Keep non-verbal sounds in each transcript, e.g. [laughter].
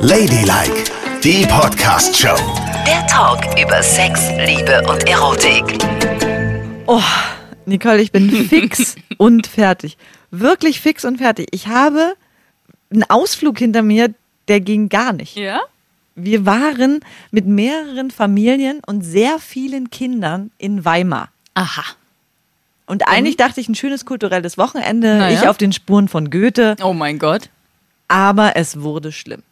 Ladylike, die Podcast-Show. Der Talk über Sex, Liebe und Erotik. Oh, Nicole, ich bin [laughs] fix und fertig. Wirklich fix und fertig. Ich habe einen Ausflug hinter mir, der ging gar nicht. Ja? Wir waren mit mehreren Familien und sehr vielen Kindern in Weimar. Aha. Und eigentlich dachte ich, ein schönes kulturelles Wochenende, Mhm. Na ja. ich auf den Spuren von Goethe, Oh mein Gott. aber es wurde schlimm.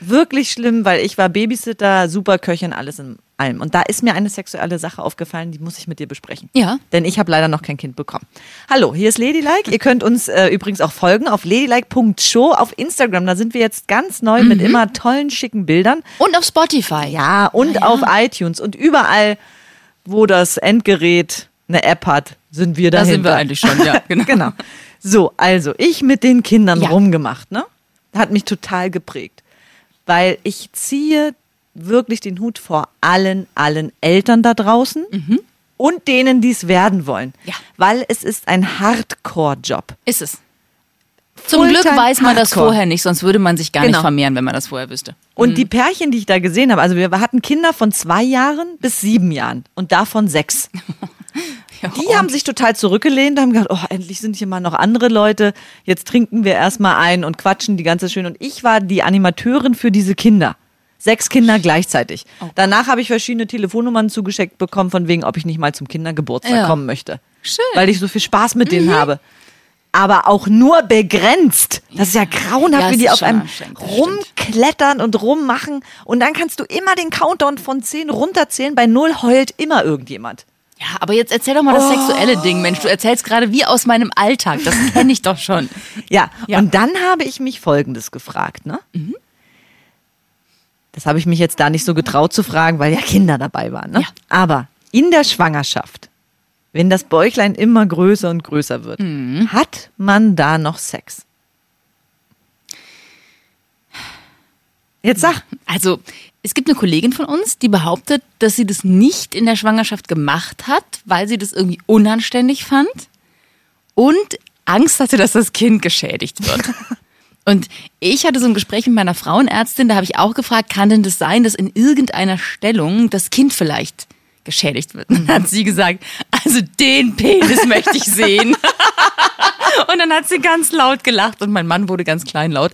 Wirklich schlimm, weil ich war Babysitter, Superköchin, alles in allem. Und da ist mir eine sexuelle Sache aufgefallen, die muss ich mit dir besprechen. Ja. Denn ich habe leider noch kein Kind bekommen. Hallo, hier ist Ladylike. Ihr könnt uns äh, übrigens auch folgen auf ladylike.show auf Instagram. Da sind wir jetzt ganz neu mit immer tollen, schicken Bildern. Und auf Spotify. Ja, und auf iTunes und überall, wo das Endgerät eine App hat, sind wir Da dahinter. sind wir eigentlich schon, [laughs] ja. Genau. genau. So, also ich mit den Kindern Ja. rumgemacht, ne? Hat mich total geprägt, weil ich ziehe wirklich den Hut vor allen, allen Eltern da draußen und denen, die es werden wollen, Mhm. Ja. weil es ist ein Hardcore-Job. Ist es. Zum Fulltime Glück weiß man das Hardcore. vorher nicht, sonst würde man sich gar Genau. nicht vermehren, wenn man das vorher wüsste. Und die Pärchen, die ich da gesehen habe, also wir hatten Kinder von zwei Jahren bis sieben Jahren und davon sechs. Ja, Die haben sich total zurückgelehnt, haben gedacht, oh, endlich sind hier mal noch andere Leute. Jetzt trinken wir erstmal ein und quatschen die ganze schön. Und ich war die Animateurin für diese Kinder. Sechs Kinder gleichzeitig. Oh Danach habe ich verschiedene Telefonnummern zugeschickt bekommen, von wegen, ob ich nicht mal zum Kindergeburtstag Ja. kommen möchte. Schön. Mhm. Weil ich so viel Spaß mit denen habe. Aber auch nur begrenzt. Das ist ja grauenhaft, Ja, wie es die ist auf schon einem anstrengend, das stimmt. rumklettern und rummachen. Und dann kannst du immer den Countdown von zehn runterzählen. Bei null heult immer irgendjemand. ja, aber jetzt erzähl doch mal Oh. das sexuelle Ding, Mensch. Du erzählst gerade wie aus meinem Alltag. Das kenne ich [laughs] doch schon. Ja, Ja. und dann habe ich mich Folgendes gefragt, ne? Das habe ich mich jetzt da nicht so getraut zu fragen, weil ja Kinder dabei waren. Ne? Ja. Aber in der Schwangerschaft, wenn das Bäuchlein immer größer und größer wird, hat man da noch Sex? Jetzt sag, Also, es gibt eine Kollegin von uns, die behauptet, dass sie das nicht in der Schwangerschaft gemacht hat, weil sie das irgendwie unanständig fand und Angst hatte, dass das Kind geschädigt wird. Und ich hatte so ein Gespräch mit meiner Frauenärztin, da habe ich auch gefragt, kann denn das sein, dass in irgendeiner Stellung das Kind vielleicht geschädigt wird? Und dann hat sie gesagt, also den Penis möchte ich sehen. Und dann hat sie ganz laut gelacht und mein Mann wurde ganz kleinlaut.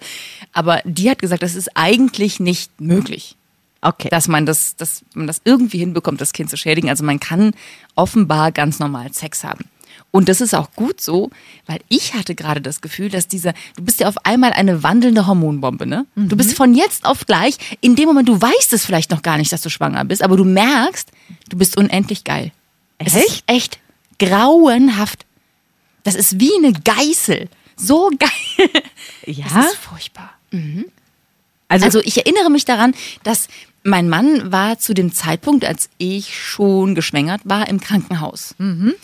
Aber die hat gesagt, das ist eigentlich nicht möglich, okay. dass man das, dass man das irgendwie hinbekommt, das Kind zu schädigen. Also man kann offenbar ganz normal Sex haben. Und das ist auch gut so, weil ich hatte gerade das Gefühl, dass dieser, du bist ja auf einmal eine wandelnde Hormonbombe, ne? Du Mhm. bist von jetzt auf gleich, in dem Moment, du weißt es vielleicht noch gar nicht, dass du schwanger bist, aber du merkst, du bist unendlich geil. Es ist Echt? echt grauenhaft. Das ist wie eine Geißel. So geil. ja, Das ist furchtbar. also, Also ich erinnere mich daran, dass mein Mann war zu dem Zeitpunkt, als ich schon geschwängert war, im Krankenhaus. Mhm.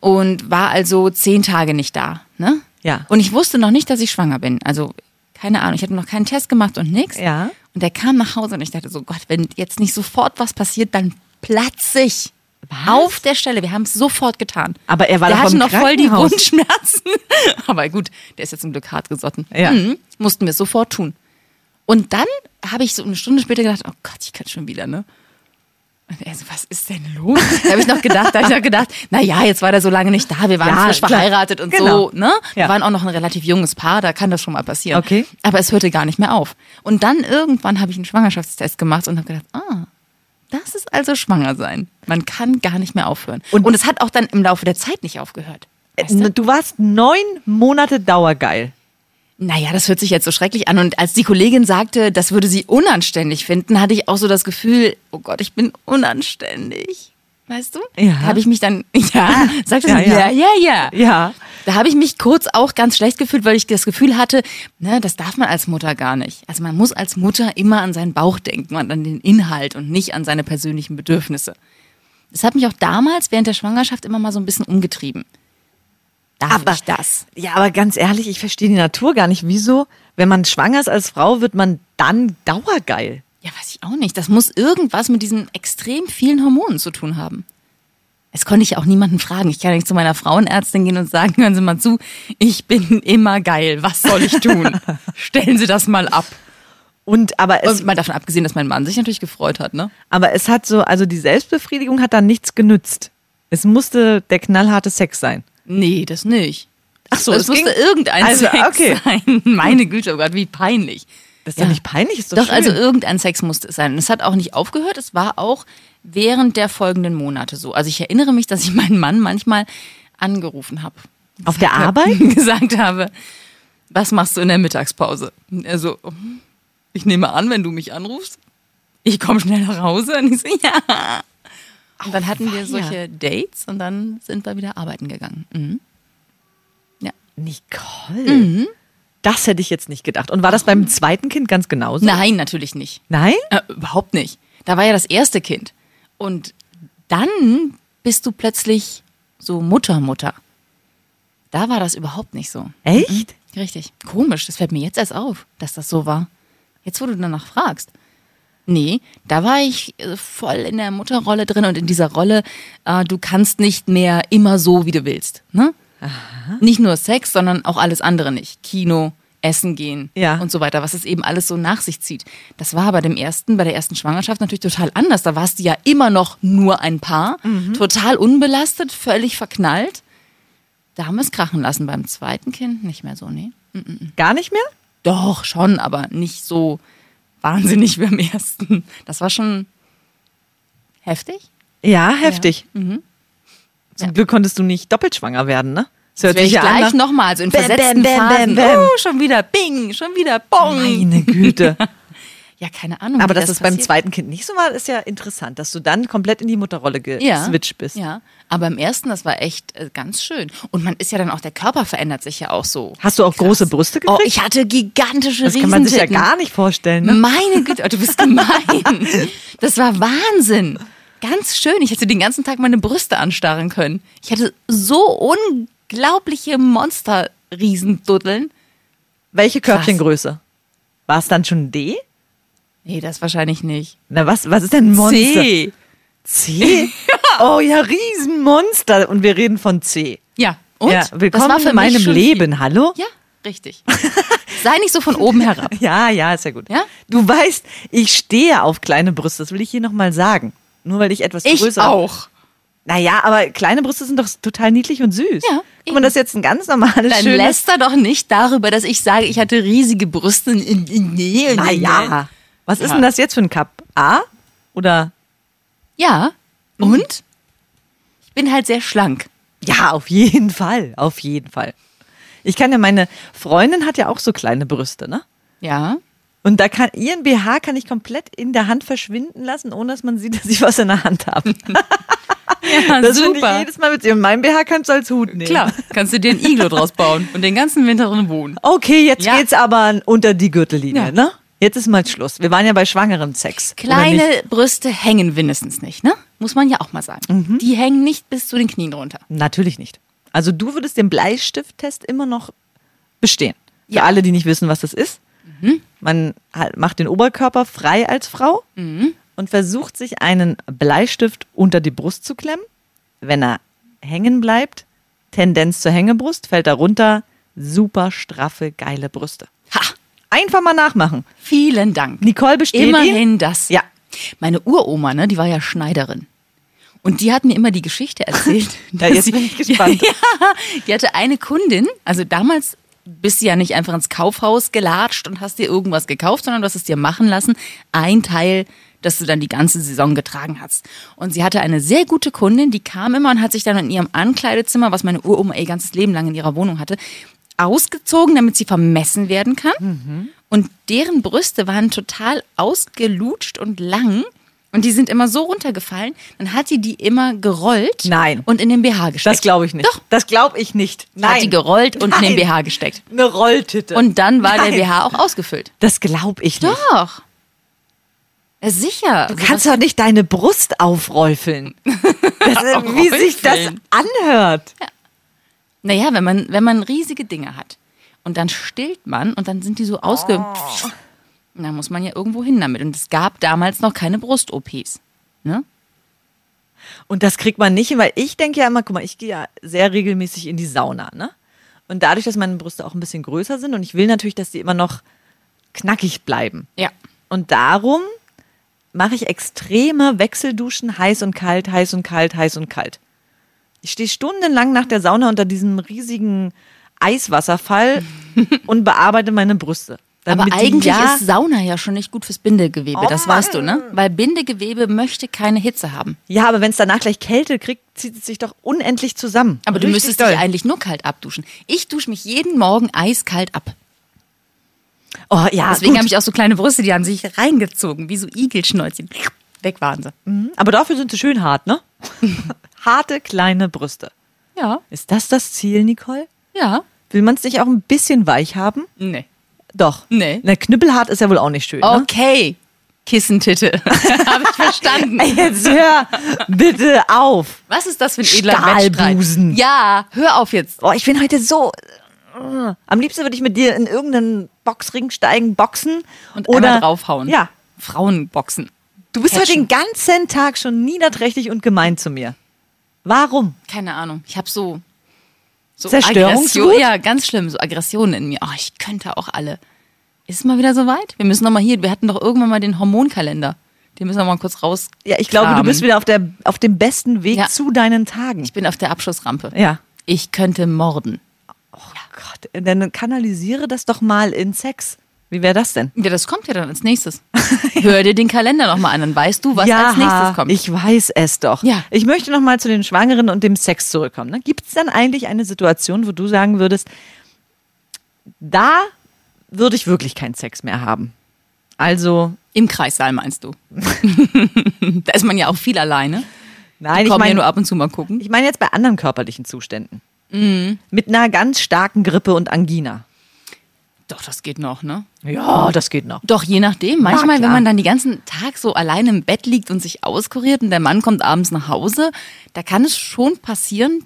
Und war also zehn Tage nicht da. Ne? Ja. Und ich wusste noch nicht, dass ich schwanger bin. Also keine Ahnung, ich hatte noch keinen Test gemacht und nichts. Ja. Und er kam nach Hause und ich dachte so, Gott, wenn jetzt nicht sofort was passiert, dann platze ich. Auf der Stelle. Wir haben es sofort getan. Aber er war der doch hatte im noch voll die Krankenhaus. Wundschmerzen. [laughs] Aber gut, der ist jetzt zum Glück hart gesotten. Ja. Mhm. Mussten wir sofort tun. Und dann habe ich so eine Stunde später gedacht, oh Gott, ich kann schon wieder, ne? Und er so, was ist denn los? Da habe ich noch gedacht, da habe ich noch gedacht, na ja, jetzt war der so lange nicht da, wir waren Ja, frisch klar. verheiratet und Genau. so, ne? Ja. Wir waren auch noch ein relativ junges Paar, da kann das schon mal passieren. Okay. Aber es hörte gar nicht mehr auf. Und dann irgendwann habe ich einen Schwangerschaftstest gemacht und habe gedacht, ah, das ist also schwanger sein. Man kann gar nicht mehr aufhören. Und- Äh, Und, es hat auch dann im Laufe der Zeit nicht aufgehört. Weißt du? du warst neun Monate dauergeil. Naja, das hört sich jetzt so schrecklich an. Und als die Kollegin sagte, das würde sie unanständig finden, hatte ich auch so das Gefühl, oh Gott, ich bin unanständig. Weißt du? Ja. Da habe ich mich dann, [laughs] ja, sagte Ja, sie, ja. ja, ja, ja. Ja. Da habe ich mich kurz auch ganz schlecht gefühlt, weil ich das Gefühl hatte, ne, das darf man als Mutter gar nicht. Also man muss als Mutter immer an seinen Bauch denken und an den Inhalt und nicht an seine persönlichen Bedürfnisse. Das hat mich auch damals während der Schwangerschaft immer mal so ein bisschen umgetrieben. Darf Aber- ich das? Ja, aber ganz ehrlich, ich verstehe die Natur gar nicht. Wieso, wenn man schwanger ist als Frau, wird man dann dauergeil? Ja, weiß ich auch nicht. Das muss irgendwas mit diesen extrem vielen Hormonen zu tun haben. Es konnte ich auch niemanden fragen. Ich kann nicht zu meiner Frauenärztin gehen und sagen, hören Sie mal zu, ich bin immer geil. Was soll ich tun? Stellen Sie das mal ab. Und aber es, Und mal davon abgesehen, dass mein Mann sich natürlich gefreut hat, ne? aber es hat so, also die Selbstbefriedigung hat dann nichts genützt. Es musste der knallharte Sex sein. Nee, das nicht. Ach so, es es musste ging- irgendein also, Sex okay. sein. [laughs] Meine Güte, oh Gott, wie peinlich. Das ist doch nicht peinlich, ist doch, Doch, schön. also irgendein Sex musste es sein. Und es hat auch nicht aufgehört. Es war auch während der folgenden Monate so. Also ich erinnere mich, dass ich meinen Mann manchmal angerufen habe. Auf der Arbeit? [laughs] Gesagt habe, was machst du in der Mittagspause? Und er so, "Hm, ich nehme an, wenn du mich anrufst, ich komme schnell nach Hause. Und ich so, ja. Und dann hatten wir Weia. solche Dates und dann sind wir wieder arbeiten gegangen. Mhm. Nicole. Das hätte ich jetzt nicht gedacht. Und war das beim zweiten Kind ganz genauso? Nein, natürlich nicht. Nein? Äh, überhaupt nicht. Da war ja das erste Kind. Und dann bist du plötzlich so Mutter, Mutter. Da war das überhaupt nicht so. Mhm. Echt? Richtig. Komisch, das fällt mir jetzt erst auf, dass das so war. Jetzt, wo du danach fragst. Nee, da war ich äh, voll in der Mutterrolle drin und in dieser Rolle, äh, du kannst nicht mehr immer so, wie du willst. Ne? Nicht nur Sex, sondern auch alles andere nicht. Kino, Essen gehen Ja. und so weiter, was es eben alles so nach sich zieht. Das war bei dem ersten, bei der ersten Schwangerschaft natürlich total anders. Da warst du ja immer noch nur ein Paar, Mhm. total unbelastet, völlig verknallt. Da haben wir es krachen lassen. Beim zweiten Kind nicht mehr so, nee. Gar nicht mehr? Doch, schon, aber nicht so wahnsinnig wie am ersten. Das war schon heftig. Ja, heftig. Mhm. Zum Glück konntest du nicht doppelt schwanger werden, ne? Das hört Jetzt werde ich sich ja an gleich nach- nochmal, also in Bäm, bäm, versetzten bäm, bäm, Phasen. bäm. Oh, schon wieder Bing, schon wieder Bong. Meine [laughs] Güte. Ja, keine Ahnung. Aber wie dass es beim passiert. zweiten Kind nicht so war, ist ja interessant, dass du dann komplett in die Mutterrolle ja. geswitcht bist. Ja, aber im ersten, das war echt äh, ganz schön. Und man ist ja dann auch, der Körper verändert sich ja auch so. Hast du auch Krass. große Brüste Oh, gekriegt? ich hatte gigantische das kann man sich ja Riesentitten. gar nicht vorstellen. Ne? Meine Güte, oh, [laughs] du bist gemein. Das war Wahnsinn. Ganz schön. Ich hätte den ganzen Tag meine Brüste anstarren können. Ich hatte so unglaubliche Monster-Riesenduddeln. Welche Körbchengröße? War es dann schon D? Nee, das wahrscheinlich nicht. Na, was, was ist denn ein Monster? C. [laughs] C? Oh ja, Riesenmonster. Und wir reden von C. Ja. Und? Ja, willkommen das war für in meinem mich schon Leben, hallo? Viel. Ja, richtig. [laughs] Sei nicht so von oben herab. [laughs] Ja, ja, ist ja gut. Ja? Du weißt, ich stehe auf kleine Brüste, das will ich hier nochmal sagen. Nur weil ich etwas Ich größer auch. Naja, aber kleine Brüste sind doch total niedlich und süß. Ja, Guck mal, eben. das ist jetzt ein ganz normales, Dann schönes... läster doch nicht darüber, dass ich sage, ich hatte riesige Brüste. Nee, Naja, was ist Ja. denn das jetzt für ein Cup? A? Oder... Ja. Und? Ich bin halt sehr schlank. Ja, auf jeden Fall, auf jeden Fall. Ich kann ja, meine Freundin hat ja auch so kleine Brüste, ne? Ja. Und da kann ihren BH kann ich komplett in der Hand verschwinden lassen, ohne dass man sieht, [laughs] dass ich was in der Hand habe. Ja, Das finde ich jedes Mal mit Und mein BH kannst du als Hut nehmen. Klar, kannst du dir ein Iglo draus bauen und den ganzen Winter drin wohnen. Okay, jetzt Ja. geht's aber unter die Gürtellinie, Ja. ne? Jetzt ist mal Schluss. Wir waren ja bei schwangerem Sex. oder nicht? Kleine Brüste hängen wenigstens nicht, ne? Muss man ja auch mal sagen. Die hängen nicht bis zu den Knien runter. Natürlich nicht. Also du würdest den Bleistifttest immer noch bestehen. Für Ja. Mhm. alle, die nicht wissen, was das ist. Man halt macht den Oberkörper frei als Frau Mhm. und versucht sich einen Bleistift unter die Brust zu klemmen. Wenn er hängen bleibt, Tendenz zur Hängebrust, fällt er runter. Super straffe, geile Brüste. Ha, Einfach mal nachmachen. vielen Dank. Nicole besteht ihn. Immerhin das. Ja. Meine Uroma, ne, die war ja Schneiderin. Und die hat mir immer die Geschichte erzählt. [laughs] Ja, dass jetzt sie- bin ich [laughs] gespannt. Ja, die hatte eine Kundin, also damals bist du ja nicht einfach ins Kaufhaus gelatscht und hast dir irgendwas gekauft, sondern du hast es dir machen lassen. Ein Teil, das du dann die ganze Saison getragen hast. Und sie hatte eine sehr gute Kundin, die kam immer und hat sich dann in ihrem Ankleidezimmer, was meine Uroma ihr ganzes Leben lang in ihrer Wohnung hatte, ausgezogen, damit sie vermessen werden kann. Und deren Brüste waren total ausgelutscht und lang. Und die sind immer so runtergefallen, dann hat die die immer gerollt Nein. und in den BH gesteckt. Das glaube ich nicht. Doch, Das glaube ich nicht. Nein. hat die gerollt und in Nein. den BH gesteckt. Eine Rolltitte. Und dann war Nein. der BH auch ausgefüllt. Das glaube ich nicht. Doch. Also Ja, sicher. Du kannst doch nicht deine Brust [laughs] aufräufeln. Das, äh, wie sich das Aufräufeln. anhört. Naja, wenn man, wenn man riesige Dinge hat und dann stillt man und dann sind die Oh. so ausge... Und dann muss man ja irgendwo hin damit. Und es gab damals noch keine Brust-OPs. Ne? Und das kriegt man nicht hin, weil ich denke ja immer, guck mal, ich gehe ja sehr regelmäßig in die Sauna, ne? Und dadurch, dass meine Brüste auch ein bisschen größer sind und ich will natürlich, dass die immer noch knackig bleiben. Ja. Und darum mache ich extreme Wechselduschen, heiß und kalt, heiß und kalt, heiß und kalt. Ich stehe stundenlang nach der Sauna unter diesem riesigen [laughs] Eiswasserfall und bearbeite meine Brüste. Aber Damit die eigentlich ja, Oh. ist Sauna ja schon nicht gut fürs Bindegewebe, das weißt du, ne? Weil Bindegewebe möchte keine Hitze haben. ja, aber wenn es danach gleich Kälte kriegt, zieht es sich doch unendlich zusammen. Aber du Richtig müsstest doll. dich eigentlich nur kalt abduschen. Ich dusche mich jeden Morgen eiskalt ab. Oh ja, Deswegen gut. habe ich auch so kleine Brüste, die haben sich reingezogen, wie so Igelschnäuzchen. Weg waren sie. Aber dafür sind sie schön hart, [laughs] ne? Harte kleine Brüste. Ja, Ist das das Ziel, Nicole? ja. Will man es nicht auch ein bisschen weich haben? Nee. Doch. Nee. Oh, Na, knüppelhart ist ja wohl auch nicht schön. Ne? Okay. [laughs] [laughs] Kissentitte. habe ich verstanden. Ey, Jetzt hör bitte auf. Was ist das für ein edler Wettstreit? Stahlbusen. Ja, hör auf jetzt. Oh, ich bin heute so. äh, Am liebsten würde ich mit dir in irgendeinen Boxring steigen, boxen Und oder einmal draufhauen. Ja, Frauenboxen. du bist heute Catchen. den ganzen Tag schon niederträchtig und gemein zu mir. Warum? Keine Ahnung. Ich habe so, so Zerstörungswut? Aggression- Ja, ganz schlimm. So Aggressionen in mir. Oh, ich könnte auch alle. Ist es mal wieder soweit? Wir müssen noch mal hier. Wir hatten doch irgendwann mal den Hormonkalender. Den müssen wir mal kurz raus. Ja, ich glaube, du kramen. bist wieder auf, der, auf dem besten Weg Ja. zu deinen Tagen. Ich bin auf der Abschussrampe. Ja. Ich könnte morden. Oh Gott, dann kanalisiere das doch mal in Sex. Wie wäre das denn? Ja, das kommt ja dann [laughs] als nächstes. Hör dir den Kalender nochmal an, dann weißt du, was als nächstes kommt. Ich weiß es doch. Ja. Ich möchte noch mal zu den Schwangeren und dem Sex zurückkommen. Ne? Gibt es dann eigentlich eine Situation, wo du sagen würdest, da würde ich wirklich keinen Sex mehr haben? Also, Im Kreissaal [laughs] meinst du. da ist man ja auch viel alleine. nein, ich Kommen ja meine nur ab und zu mal gucken. ich meine jetzt bei anderen körperlichen Zuständen. Mhm. Mit einer ganz starken Grippe und Angina. Doch, das geht noch, ne? Ja, das geht noch. Doch, je nachdem. Na Manchmal, klar. wenn man dann den ganzen Tag so alleine im Bett liegt und sich auskuriert und der Mann kommt abends nach Hause, da kann es schon passieren.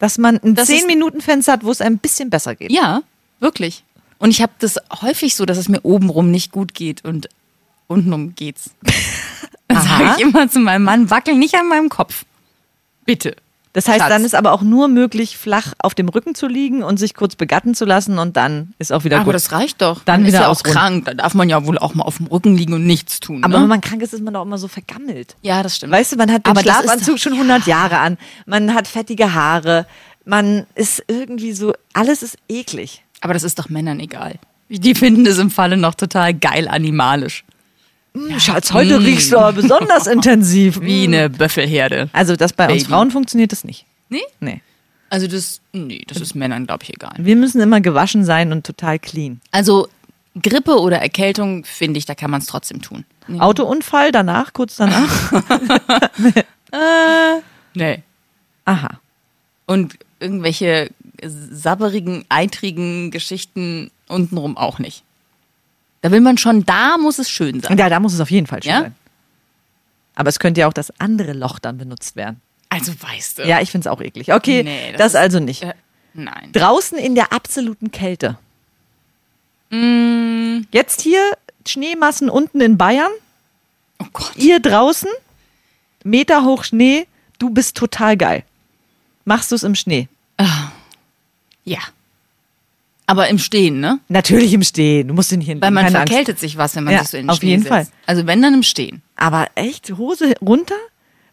Dass man ein Das ist- 10-Minuten-Fenster hat, wo es ein bisschen besser geht. Ja, wirklich. Und ich habe das häufig so, dass es mir obenrum nicht gut geht und untenrum geht's. [laughs] Dann sage ich immer zu meinem Mann, wackel nicht an meinem Kopf. Bitte. Das heißt, Schatz. dann ist aber auch nur möglich, flach auf dem Rücken zu liegen und sich kurz begatten zu lassen und dann ist auch wieder Aber gut. das reicht doch. Dann man ist wieder ja auch ausruhen. krank. Da darf man ja wohl auch mal auf dem Rücken liegen und nichts tun. aber wenn ne? man krank ist, ist man doch immer so vergammelt. ja, das stimmt. Weißt du, man hat den Aber das ist Schlafanzug doch- schon 100 Jahre an, man hat fettige Haare, man ist irgendwie so, alles ist eklig. Aber das ist doch Männern egal. Die finden es im Falle noch total geil animalisch. Hm, Schatz, heute riechst du aber [laughs] besonders intensiv. Wie Hm. eine Büffelherde. Also das bei uns Baby. Frauen funktioniert das nicht. Nee? Nee. Also das, nee, das ist Männern, glaube ich, egal. Wir müssen immer gewaschen sein und total clean. Also Grippe oder Erkältung, finde ich, da kann man es trotzdem tun. Nee. Autounfall danach, kurz [laughs] danach. nee. Aha. Und irgendwelche sabberigen, eitrigen Geschichten untenrum auch nicht. Da will man schon, da muss es schön sein. Ja, da muss es auf jeden Fall schön Ja? sein. Aber es könnte ja auch das andere Loch dann benutzt werden. Also weißt du. Ja, ich find's auch eklig. Okay, Nee, das, das ist- also nicht. Äh, nein. Draußen in der absoluten Kälte. Mm. Jetzt hier Schneemassen unten in Bayern, Oh Gott. ihr draußen, Meter hoch Schnee, du bist total geil. Machst du's im Schnee? Ja. Aber im Stehen, ne? Natürlich im Stehen, du musst ihn hier Weil man keine Angst. verkältet sich was, wenn man Ja, sich so in den auf Schnee jeden setzt. Fall. Also wenn dann im Stehen. Aber echt, Hose runter?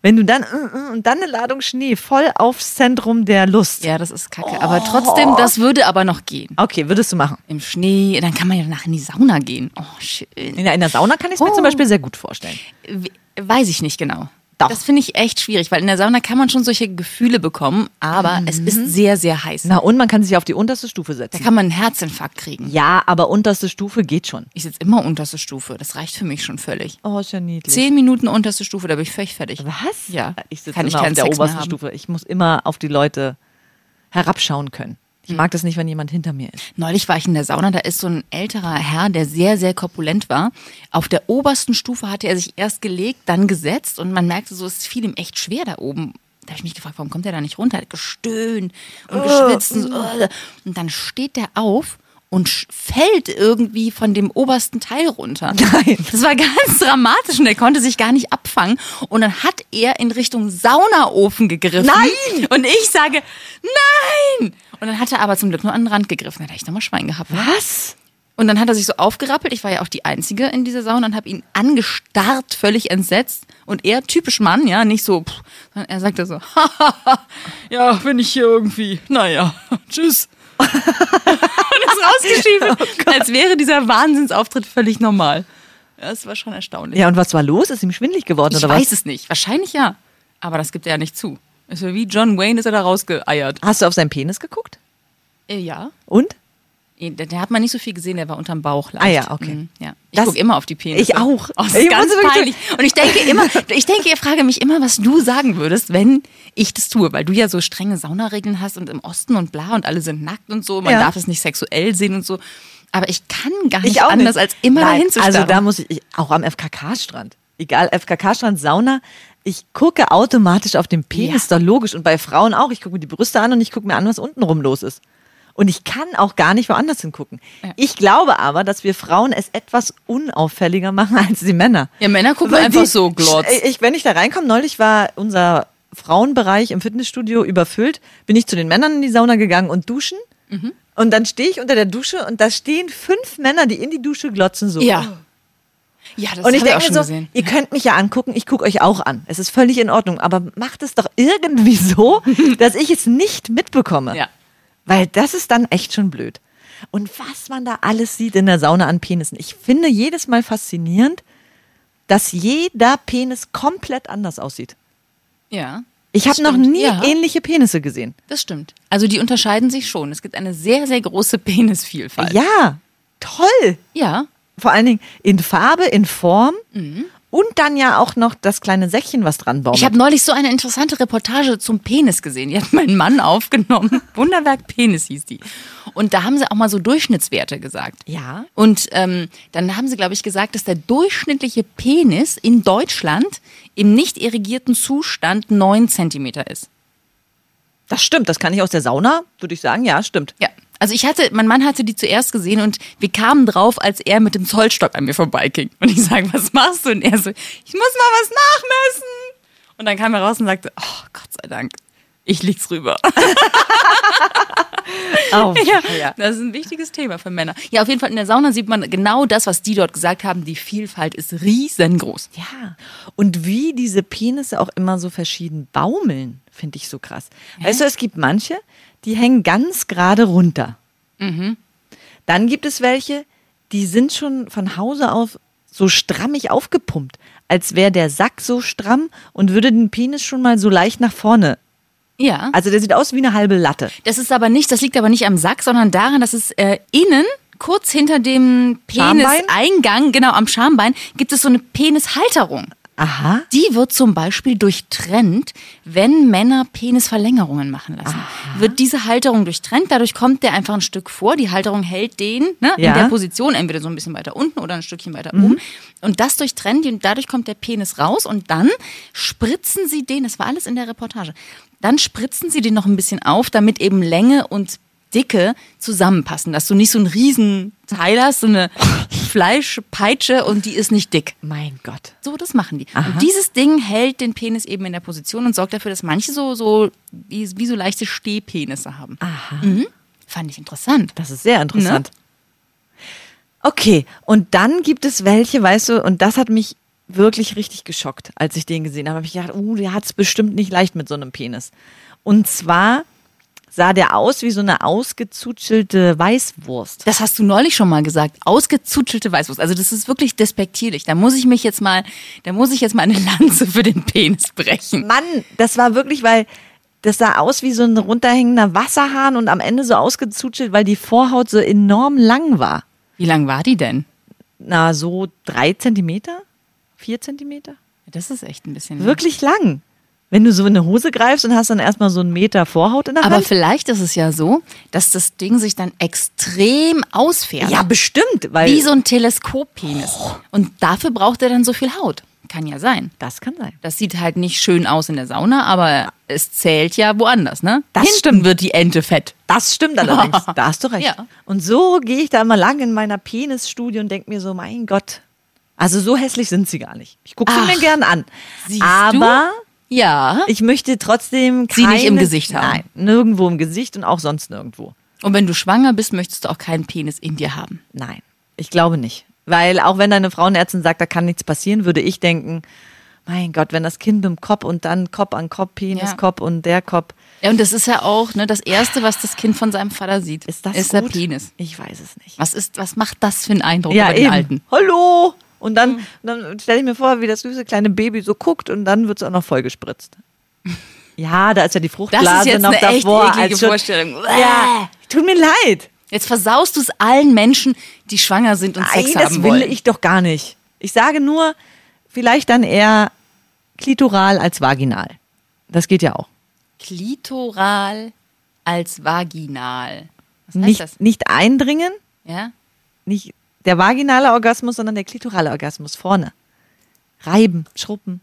Wenn du dann, äh, äh, und dann eine Ladung Schnee voll aufs Zentrum der Lust. Ja, das ist kacke. Aber trotzdem, das würde aber noch gehen. Okay, würdest du machen? Im Schnee, dann kann man ja danach in die Sauna gehen. Oh, schön. In der, in der Sauna kann ich es mir Oh. zum Beispiel sehr gut vorstellen. We- Weiß ich nicht genau. Doch. Das finde ich echt schwierig, weil in der Sauna kann man schon solche Gefühle bekommen, aber es ist sehr, sehr heiß. Na und man kann sich auf die unterste Stufe Da setzen. kann man einen Herzinfarkt kriegen. Ja, aber unterste Stufe geht schon. Ich sitze immer unterste Stufe. Das reicht für mich schon völlig. Oh, ist ja niedlich. Zehn Minuten unterste Stufe, da bin ich völlig fertig. Was? Ja. Ich sitze Kann ich immer auf keinen der Sex mehr obersten haben. Stufe. Ich muss immer auf die Leute herabschauen können. Ich Hm. mag das nicht, wenn jemand hinter mir ist. Neulich war ich in der Sauna, da ist so ein älterer Herr, der sehr, sehr korpulent war. Auf der obersten Stufe hatte er sich erst gelegt, dann gesetzt und man merkte so, es fiel ihm echt schwer da oben. Da habe ich mich gefragt, warum kommt er da nicht runter? Er hat gestöhnt und geschwitzt und so. äh. Und dann steht er auf und sch- fällt irgendwie von dem obersten Teil runter. [laughs] Nein. Das war ganz dramatisch und er konnte sich gar nicht abfangen. Und dann hat er in Richtung Saunaofen gegriffen. Nein! Und ich sage, nein! Und dann hat er aber zum Glück nur an den Rand gegriffen. Da hätte ich nochmal Schwein gehabt. ne? Was? Und Und dann hat er sich so aufgerappelt, ich war ja auch die Einzige in dieser Sauna und habe ihn angestarrt, völlig entsetzt. Und er, typisch Mann, ja, nicht so, pff, sondern er sagte so, [laughs] ja, bin ich hier irgendwie, naja, [laughs] tschüss. und ist rausgeschieben, als wäre dieser Wahnsinnsauftritt völlig normal. Ja, Das war schon erstaunlich. Ja, und was war los? Ist ihm schwindelig geworden ich oder weiß was? es nicht, wahrscheinlich ja. Aber das gibt er ja nicht zu. Also wie John Wayne ist er da rausgeeiert. Hast du auf seinen Penis geguckt? Äh, Ja. Und? Der, der hat man nicht so viel gesehen, der war unterm Bauch leicht. Ah ja, okay. Mhm, ja. Ich Das- gucke immer auf die Penisse. Ich auch. Oh, das Ich ist ganz muss wirklich- peinlich. Und ich denke immer, ich denke, ich frage mich immer, was du sagen würdest, wenn ich das tue, weil du ja so strenge Saunaregeln hast und im Osten und bla und alle sind nackt und so, man Ja. darf es nicht sexuell sehen und so. Aber ich kann gar nicht Ich auch anders nicht. als immer Nein, dahin zu Also da starren. muss ich, ich auch am FKK-Strand. Egal, FKK-Strand, Sauna. Ich gucke automatisch auf den Penis, Ja. doch logisch. Und bei Frauen auch. Ich gucke mir die Brüste an und ich gucke mir an, was untenrum los ist. Und ich kann auch gar nicht woanders hingucken. Ich glaube aber, dass wir Frauen es etwas unauffälliger machen als die Männer. Ja, Männer gucken Weil einfach die- so glotz. Ich, wenn ich da reinkomme, neulich war unser Frauenbereich im Fitnessstudio überfüllt, bin ich zu den Männern in die Sauna gegangen und duschen. Mhm. Und dann stehe ich unter der Dusche und da stehen fünf Männer, die in die Dusche glotzen so. ja. Ja, Oh, Und das habe ich ich auch denke mir schon so, gesehen. ihr könnt mich ja angucken, ich gucke euch auch an. Es ist völlig in Ordnung, aber macht es doch irgendwie [laughs] so, dass ich es nicht mitbekomme. Ja. Weil das ist dann echt schon blöd. Und was man da alles sieht in der Sauna an Penissen. Ich finde jedes Mal faszinierend, dass jeder Penis komplett anders aussieht. Ja. Ich Das habe noch stimmt. nie Ja. ähnliche Penisse gesehen. Das stimmt. Also die unterscheiden sich schon. Es gibt eine sehr, sehr große Penisvielfalt. Ja, toll. ja. Vor allen Dingen in Farbe, in Form und dann ja auch noch das kleine Säckchen, was dran baut. Mhm. Ich habe neulich so eine interessante Reportage zum Penis gesehen. Die hat mein Mann aufgenommen. [laughs] Wunderwerk Penis hieß die. Und da haben sie auch mal so Durchschnittswerte gesagt. Ja. Und ähm, dann haben sie, glaube ich, gesagt, dass der durchschnittliche Penis in Deutschland im nicht irrigierten Zustand 9 Zentimeter ist. Das stimmt, das kann ich aus der Sauna, würde ich sagen, ja, stimmt. Ja. Also ich hatte, mein Mann hatte die zuerst gesehen und wir kamen drauf, als er mit dem Zollstock an mir vorbeiging. Und ich sage, was machst du? Und er so, ich muss mal was nachmessen. Und dann kam er raus und sagte, oh Gott sei Dank, ich lieg's rüber. Oh, [laughs] [laughs] Ja, das ist ein wichtiges Thema für Männer. Ja, auf jeden Fall in der Sauna sieht man genau das, was die dort gesagt haben. Die Vielfalt ist riesengroß. Ja, und wie diese Penisse auch immer so verschieden baumeln, finde ich so krass. Weißt du, es gibt manche, die hängen ganz gerade runter. Mhm. Dann gibt es welche, die sind schon von Hause auf so strammig aufgepumpt, als wäre der Sack so stramm und würde den Penis schon mal so leicht nach vorne. Ja. Also der sieht aus wie eine halbe Latte. Das ist aber nicht, das liegt aber nicht am Sack, sondern daran, dass es äh, innen kurz hinter dem Schambein? Peniseingang, genau am Schambein, gibt es so eine Penishalterung. Aha. Die wird zum Beispiel durchtrennt, wenn Männer Penisverlängerungen machen lassen. Wird diese Halterung durchtrennt, dadurch kommt der einfach ein Stück vor. Die Halterung hält den ne, Ja. in der Position, entweder so ein bisschen weiter unten oder ein Stückchen weiter oben. Und das durchtrennt die und dadurch kommt der Penis raus und dann spritzen sie den, das war alles in der Reportage, dann spritzen sie den noch ein bisschen auf, damit eben Länge und Dicke zusammenpassen, dass du nicht so einen riesen Teil hast, so eine Fleischpeitsche und die ist nicht dick. Mein Gott. So, das machen die. Und dieses Ding hält den Penis eben in der Position und sorgt dafür, dass manche so, so wie, wie so leichte Stehpenisse haben. Aha. Mhm. Fand ich interessant. Das ist sehr interessant. Okay, und dann gibt es welche, weißt du, und das hat mich wirklich richtig geschockt, als ich den gesehen habe. Hab Ich gedacht, uh, der hat es bestimmt nicht leicht mit so einem Penis. Und zwar sah der aus wie so eine ausgezutschelte Weißwurst. Das hast du neulich schon mal gesagt. Ausgezuschelte Weißwurst. Also das ist wirklich despektierlich. Da muss ich mich jetzt mal, da muss ich jetzt mal eine Lanze für den Penis brechen. Mann, das war wirklich, weil das sah aus wie so ein runterhängender Wasserhahn und am Ende so ausgezutschelt, weil die Vorhaut so enorm lang war. Wie lang war die denn? Na, so drei Zentimeter? Vier Zentimeter? Das ist echt ein bisschen. wirklich lang. Wenn du so in eine Hose greifst und hast dann erstmal so einen Meter Vorhaut in der Aber Hand. vielleicht ist es ja so, dass das Ding sich dann extrem ausfährt. Ja, Oh. bestimmt, weil Wie so ein Teleskoppenis. Und dafür braucht er dann so viel Haut. Kann ja sein. das kann sein. Das sieht halt nicht schön aus in der Sauna, aber es zählt ja woanders, ne? Das Hinten stimmt. wird die Ente fett. Das stimmt [laughs] allerdings. da hast du recht. Ja. Und so gehe ich da immer lang in meiner Penisstudie und denke mir so, mein Gott. Also so hässlich sind sie gar nicht. Ich gucke sie Ach, mir gern an. Siehst Aber du? Ja. ich möchte trotzdem Sie keine, nicht im Gesicht haben. Nein, nirgendwo im Gesicht und auch sonst nirgendwo. Und wenn du schwanger bist, möchtest du auch keinen Penis in dir haben. Nein. Ich glaube nicht. Weil auch wenn deine Frauenärztin sagt, da kann nichts passieren, würde ich denken, mein Gott, wenn das Kind im Kopf und dann Kopf an Kopf, Penis, Ja. Kopf und der Kopf. Ja, und das ist ja auch ne, das Erste, was das Kind von seinem Vater sieht. Ist das ist gut? der Penis. Ich weiß es nicht. Was, ist, was macht das für einen Eindruck bei den Alten? Hm. Hallo! Und dann, dann stelle ich mir vor, wie das süße kleine Baby so guckt und dann wird es auch noch [laughs] vollgespritzt. Ja, da ist ja die Fruchtblase Das ist jetzt noch eine echt davor. eklige als schon- Vorstellung. Ja, tut mir leid. Jetzt versaust du es allen Menschen, die schwanger sind und Nein, Sex das haben will wollen. ich doch gar nicht. Ich sage nur, vielleicht dann eher klitoral als vaginal. Das geht ja auch. Klitoral als vaginal. Was heißt das? Nicht, nicht eindringen, Ja? nicht der vaginale Orgasmus, sondern der klitorale Orgasmus vorne. Reiben, schrubben,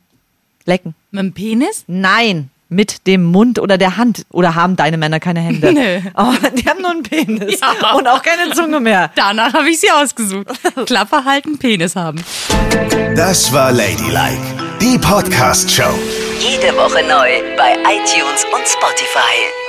lecken. Mit dem Penis? Nein, mit dem Mund oder der Hand. Oder haben deine Männer keine Hände? [laughs] Nö. Aber die haben nur einen Penis [laughs] Ja. und auch keine Zunge mehr. Danach habe ich sie ausgesucht. Klappe halten, Penis haben. Das war Ladylike, die Podcast-Show. Jede Woche neu bei iTunes und Spotify.